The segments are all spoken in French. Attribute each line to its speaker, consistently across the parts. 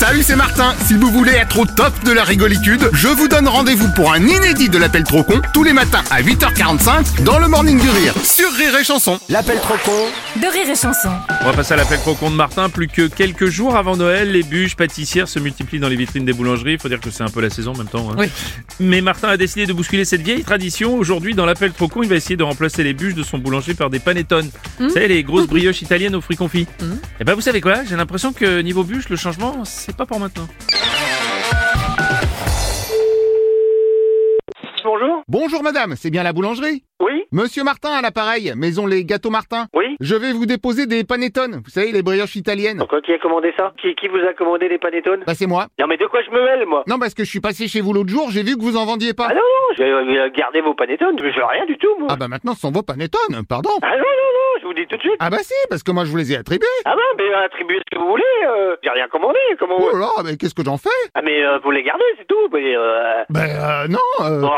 Speaker 1: Salut, c'est Martin. Si vous voulez être au top de la rigolitude, je vous donne rendez-vous pour un inédit de l'appel trop con tous les matins à 8h45 dans le Morning du Rire sur Rire et Chanson.
Speaker 2: L'appel trop con
Speaker 3: de rire et chanson.
Speaker 4: On va passer à l'appel trop con de Martin. Plus que quelques jours avant Noël, les bûches pâtissières se multiplient dans les vitrines des boulangeries. Faut dire que c'est un peu la saison en même temps. hein.
Speaker 5: Oui.
Speaker 4: Mais Martin a décidé de bousculer cette vieille tradition. Aujourd'hui, dans l'appel trop con, il va essayer de remplacer les bûches de son boulanger par des panettones. Vous savez, les grosses brioches italiennes aux fruits confits. Et ben, vous savez quoi J'ai l'impression que niveau bûche, le changement, c'est pas pour maintenant.
Speaker 6: Bonjour.
Speaker 1: Bonjour madame, c'est bien la boulangerie
Speaker 6: Oui.
Speaker 1: Monsieur Martin à l'appareil, maison les gâteaux Martin.
Speaker 6: Oui.
Speaker 1: Je vais vous déposer des panettones, vous savez, les brioches italiennes.
Speaker 6: Pourquoi qui a commandé ça qui, qui vous a commandé des panettones
Speaker 1: Bah c'est moi.
Speaker 6: Non mais de quoi je me mêle moi
Speaker 1: Non, parce que je suis passé chez vous l'autre jour, j'ai vu que vous en vendiez pas.
Speaker 6: Ah non, non, je vais euh, garder vos panettones, je veux rien du tout moi.
Speaker 1: Ah bah maintenant ce sont vos panettones, pardon.
Speaker 6: Ah non, non, non, je vous dis tout de suite.
Speaker 1: Ah bah si, parce que moi je vous les ai attribués.
Speaker 6: Ah ben, mais attribuez ce que vous voulez, euh, j'ai rien commandé, comment
Speaker 1: Oh là, mais qu'est-ce que j'en fais
Speaker 6: Ah mais euh, vous les gardez, c'est tout. Mais, euh...
Speaker 1: Ben euh, non. euh,
Speaker 6: oh,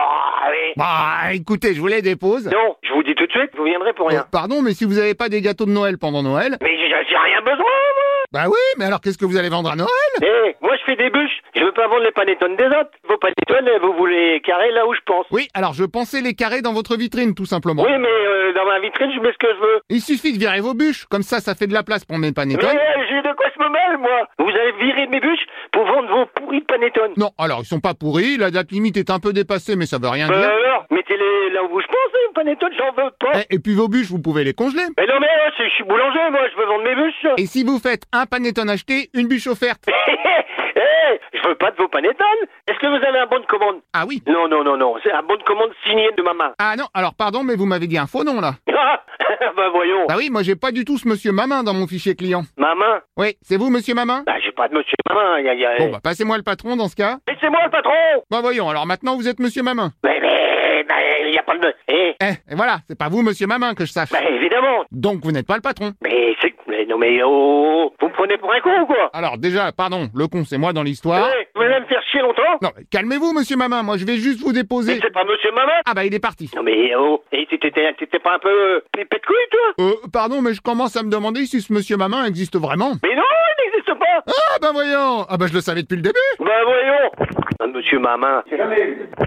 Speaker 6: allez.
Speaker 1: Bah écoutez, je vous les dépose.
Speaker 6: Non, je vous dis tout de suite, vous viendrez pour rien.
Speaker 1: Oh, pardon, mais si vous n'avez pas des gâteaux de Noël pendant Noël,
Speaker 6: Mais j'ai j'ai rien besoin moi
Speaker 1: bah oui, mais alors qu'est-ce que vous allez vendre à Noël
Speaker 6: Eh, moi je fais des bûches, je veux pas vendre les panettones des autres. Vos panettones, euh, vous voulez carrer là où je pense.
Speaker 1: Oui, alors je pensais les carrer dans votre vitrine, tout simplement.
Speaker 6: Oui, mais euh, dans ma vitrine, je mets ce que je veux.
Speaker 1: Il suffit de virer vos bûches, comme ça, ça fait de la place pour mes
Speaker 6: Mais
Speaker 1: panettones.
Speaker 6: euh, j'ai de quoi je me mêle, moi Vous avez viré mes bûches pour vendre vos pourris de panettone.
Speaker 1: Non, alors ils sont pas pourris, la date limite est un peu dépassée, mais ça veut rien
Speaker 6: Bah
Speaker 1: dire.
Speaker 6: alors, mettez-les là où je pense, les panettone, j'en veux pas
Speaker 1: Eh, Et, puis vos bûches, vous pouvez les congeler.
Speaker 6: Mais non, mais euh, je je suis boulanger, moi, je veux vendre mes bûches
Speaker 1: Et si vous faites un panettone acheté, une bûche offerte.
Speaker 6: Hé, hé, Eh, je veux pas de vos panettones Est-ce que vous avez un bon de commande
Speaker 1: Ah oui.
Speaker 6: Non, non, non, non, c'est un bon de commande signé de ma main.
Speaker 1: Ah non, alors pardon, mais vous m'avez dit un faux nom là.
Speaker 6: Ah, bah voyons,
Speaker 1: Bah oui, moi j'ai pas du tout ce monsieur Mamin dans mon fichier client.
Speaker 6: ma main
Speaker 1: Oui, c'est vous monsieur Mamin
Speaker 6: Bah j'ai pas de monsieur ma main, y a, y a...
Speaker 1: Bon bah passez-moi le patron dans ce cas.
Speaker 6: Laissez-moi le patron
Speaker 1: Bah voyons, alors maintenant vous êtes monsieur Mamin.
Speaker 6: Mais, mais, mais, y a pas de... Eh,
Speaker 1: Eh, et voilà, c'est pas vous monsieur Mamin que je sache.
Speaker 6: bah évidemment
Speaker 1: Donc vous n'êtes pas le patron.
Speaker 6: Mais c'est... Mais non, mais oh, oh, vous me prenez pour un con ou quoi
Speaker 1: Alors déjà, pardon, le con c'est moi dans l'histoire.
Speaker 7: Euh.
Speaker 6: Eh, Vous allez me faire chier longtemps
Speaker 1: Non, mais calmez-vous monsieur Mamin, moi je vais juste vous
Speaker 6: Mais
Speaker 1: déposer.
Speaker 6: c'est pas monsieur Maman
Speaker 1: Ah bah il est parti.
Speaker 6: Non mais oh, et t'étais- t'étais t'étais pas un peu euh, pépé de couille toi
Speaker 1: Euh, pardon, mais je commence à me demander si ce monsieur Mamin existe vraiment.
Speaker 6: Mais non, il n'existe pas
Speaker 1: Ah bah voyons Ah bah je le savais depuis le début
Speaker 6: Bah voyons Ah, Monsieur Maman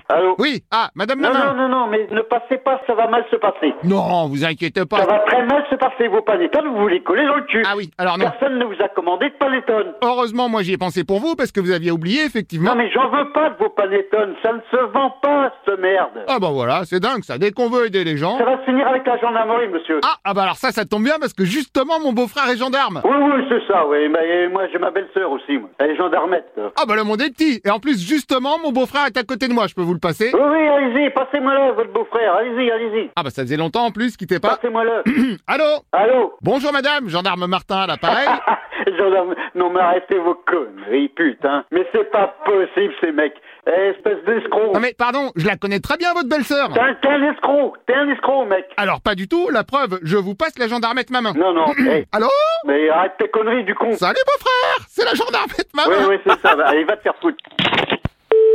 Speaker 6: Allô
Speaker 1: Oui, ah, madame
Speaker 7: Non,
Speaker 1: Mamin
Speaker 7: non, non, non, mais ne passez pas, ça va mal se passer.
Speaker 1: Non, vous inquiétez
Speaker 7: Ça
Speaker 1: pas.
Speaker 7: va très mal se passer, vos panettones, vous les collez dans le cul.
Speaker 1: Ah oui, alors non.
Speaker 7: Personne ne vous a commandé de panettones.
Speaker 1: Heureusement, moi j'y ai pensé pour vous parce que vous aviez oublié effectivement.
Speaker 7: Non, mais j'en veux pas de vos panettones, ça ne se vend pas, cette merde.
Speaker 1: Ah bah voilà, c'est dingue ça, dès qu'on veut aider les gens.
Speaker 7: Ça va se finir avec la gendarmerie, monsieur.
Speaker 1: Ah, ah bah alors ça, ça tombe bien parce que justement mon beau-frère est gendarme.
Speaker 7: Oui, oui, c'est ça, oui. Mais moi, j'ai ma belle-sœur aussi, moi. Elle est gendarmette.
Speaker 1: Ah bah le monde est petit. Et en plus, justement, mon beau-frère est à côté de moi, je peux vous le passer.
Speaker 7: Oui, oui, allez-y, passez-moi là, votre beau-frère. Allez-y, allez-y.
Speaker 1: Ah bah ça faisait longtemps en plus, quittez pas.
Speaker 7: Passez-moi là.
Speaker 1: Allô
Speaker 7: Allô
Speaker 1: Bonjour madame, gendarme Martin à l'appareil.
Speaker 7: Ah, gendarme, non mais arrêtez vos conneries, putain. Mais c'est pas possible, ces mecs. Eh, espèce d'escroc.
Speaker 1: Non Ah, mais pardon, je la connais très bien votre belle-sœur.
Speaker 7: T'es un, t'es un escroc, t'es un escroc, mec.
Speaker 1: Alors pas du tout, la preuve, je vous passe la gendarmette ma main.
Speaker 7: Non, non, hey,
Speaker 1: Allô
Speaker 7: mais arrête tes conneries, du con.
Speaker 1: Salut beau-frère C'est la gendarmette ma
Speaker 7: Oui,
Speaker 1: main
Speaker 7: oui, c'est ça, va. allez, va te faire foutre.